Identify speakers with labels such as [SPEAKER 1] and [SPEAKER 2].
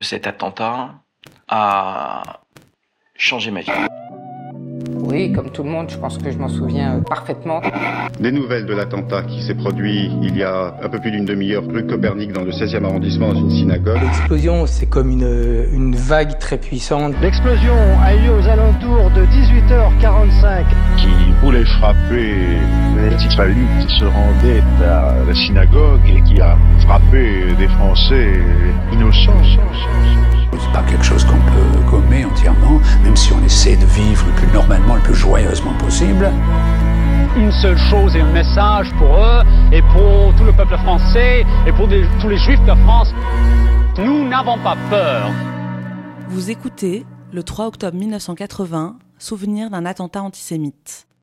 [SPEAKER 1] cet attentat a changé ma vie.
[SPEAKER 2] Oui, comme tout le monde, je pense que je m'en souviens euh, parfaitement.
[SPEAKER 3] Des nouvelles de l'attentat qui s'est produit il y a un peu plus d'une demi-heure rue Copernic dans le 16e arrondissement dans une synagogue.
[SPEAKER 4] L'explosion, c'est comme une, une vague très puissante.
[SPEAKER 5] L'explosion a eu lieu aux alentours de 18h45.
[SPEAKER 6] Qui voulait frapper les fallu qui se rendaient à la synagogue et qui a frappé des Français innocents.
[SPEAKER 7] C'est pas quelque chose qu'on peut gommer entièrement, même si on essaie de vivre le plus normalement, le plus joyeusement possible.
[SPEAKER 8] Une seule chose et un message pour eux et pour tout le peuple français et pour des, tous les juifs de France. Nous n'avons pas peur.
[SPEAKER 9] Vous écoutez, le 3 octobre 1980, souvenir d'un attentat antisémite.